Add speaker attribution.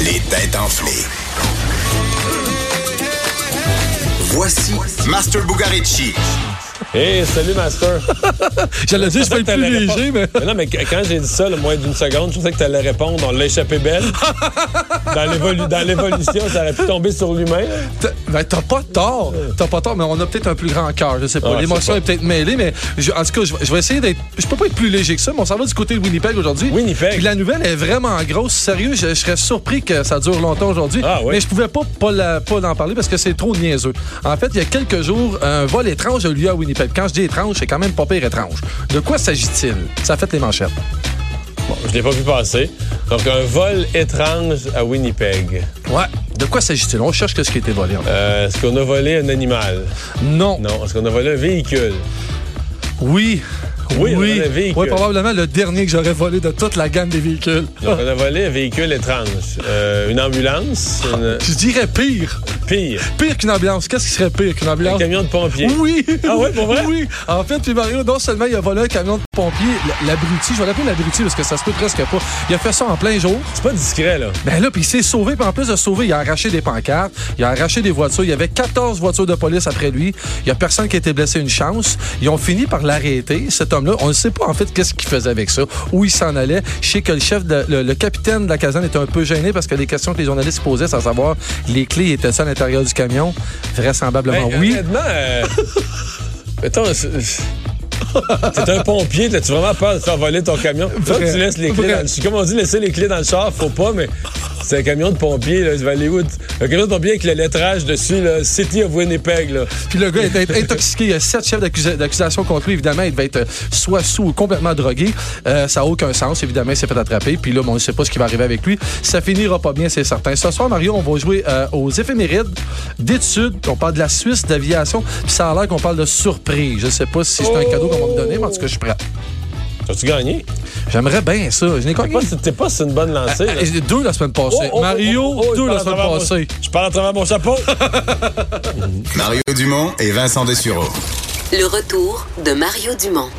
Speaker 1: Les têtes enflées. Voici Master Bugarici.
Speaker 2: Hey, salut Master.
Speaker 3: J'allais dire, je vais
Speaker 2: T'allais
Speaker 3: être plus
Speaker 2: répondre-
Speaker 3: léger, mais.
Speaker 2: Mais non, mais qu- quand j'ai dit ça, le moins d'une seconde, je pensais que tu allais répondre, on l'a échappé belle. Dans l'évolu- dans l'évolution, ça aurait pu tomber sur l'humain.
Speaker 3: T'as- Ben, t'as pas tort. T'as pas tort, mais on a peut-être un plus grand cœur. Je sais pas.
Speaker 2: Ah,
Speaker 3: L'émotion
Speaker 2: je
Speaker 3: est
Speaker 2: sais
Speaker 3: peut-être mêlée, mais je- en tout cas, je, vais- je vais essayer d'être. Je peux pas être plus léger que ça, mais on s'en va du côté de Winnipeg aujourd'hui.
Speaker 2: Winnipeg.
Speaker 3: Puis la nouvelle est vraiment grosse. Sérieux, je, je serais surpris que ça dure longtemps aujourd'hui.
Speaker 2: Ah, oui.
Speaker 3: Mais je pouvais pas pas, la- pas en parler parce que c'est trop niaiseux. En fait, il y a quelques jours, un vol étrange a eu lieu à Winnipeg. Quand je dis étrange, c'est quand même pas pire étrange. De quoi s'agit-il? Ça a fait les manchettes.
Speaker 2: Bon, je l'ai pas vu passer. Donc, un vol étrange à Winnipeg.
Speaker 3: Ouais. De quoi s'agit-il? On cherche que ce qui a été volé. en fait.
Speaker 2: Euh, Est-ce qu'on a volé un animal?
Speaker 3: Non.
Speaker 2: Non. Est-ce qu'on a volé un véhicule?
Speaker 3: Oui.
Speaker 2: Oui, on a le véhicule.
Speaker 3: Oui, probablement le dernier que j'aurais volé de toute la gamme des véhicules.
Speaker 2: Donc, on a volé un véhicule étrange. Euh, une ambulance? Une...
Speaker 3: Je dirais pire.
Speaker 2: Pire.
Speaker 3: Pire qu'une ambulance. Qu'est-ce qui serait pire qu'une
Speaker 2: Un
Speaker 3: ambulance?
Speaker 2: camion de pompiers.
Speaker 3: Ah. Oui!
Speaker 2: Ah ouais, pour vrai?
Speaker 3: Oui! En fait, puis Mario, non seulement il a volé un camion de pompier, l- l'abruti, je vais l'appeler l'abruti parce que ça se peut presque pas. Il a fait ça en plein jour.
Speaker 2: C'est pas discret, là.
Speaker 3: Ben là, puis il s'est sauvé, puis en plus de se sauver, il a arraché des pancartes, il a arraché des voitures. Il y avait 14 voitures de police après lui. Il y a personne qui a été blessé une chance. Ils ont fini par l'arrêter. Cet homme-là, on ne sait pas en fait qu'est-ce qu'il faisait avec ça, où il s'en allait. Je sais que le chef, de, le, le capitaine de la caserne était un peu gêné parce que les questions que les journalistes posaient, c'est à savoir les clés étaient-elles à l'intérieur du camion? Vraisemblablement
Speaker 2: Ben,
Speaker 3: oui.
Speaker 2: Honnêtement, euh, mettons, c'est- t'es un pompier, t'as-tu vraiment peur de te faire voler ton camion? Faut que
Speaker 3: Vrai.
Speaker 2: tu laisses les clés
Speaker 3: Vrai.
Speaker 2: dans le char. Comme on dit, laisser les clés dans le char, faut pas, mais c'est un camion de pompier, là, tu vas aller où? Un camion de pompier avec le lettrage dessus, là, City of Winnipeg, là.
Speaker 3: Puis le gars était intoxiqué. Il y a sept chefs d'accusa- d'accusation contre lui. Évidemment, il devait être euh, soit sous ou complètement drogué. Euh, ça n'a aucun sens. Évidemment, il s'est fait attraper. Puis là, bon, on ne sait pas ce qui va arriver avec lui. Ça finira pas bien, c'est certain. Ce soir, Mario, on va jouer euh, aux éphémérides d'études. On parle de la Suisse, d'aviation. Puis ça a l'air qu'on parle de surprise. Je ne sais pas si c'est un cadeau qu'on va me donner, mais en tout cas, je suis prêt.
Speaker 2: As-tu gagné?
Speaker 3: J'aimerais bien ça. Je
Speaker 2: T'es
Speaker 3: n'ai
Speaker 2: pas,
Speaker 3: gagné.
Speaker 2: t'es pas sur une bonne lancée, là.
Speaker 3: Euh, Deux la semaine passée.
Speaker 2: Oh, oh, oh,
Speaker 3: Mario,
Speaker 2: oh, oh, je
Speaker 3: deux
Speaker 2: parle
Speaker 3: la
Speaker 2: à
Speaker 3: semaine
Speaker 2: travers mon-
Speaker 3: passée.
Speaker 2: Je parle à travers mon chapeau.
Speaker 1: Mario Dumont et Vincent Dessureau.
Speaker 4: Le retour de Mario Dumont.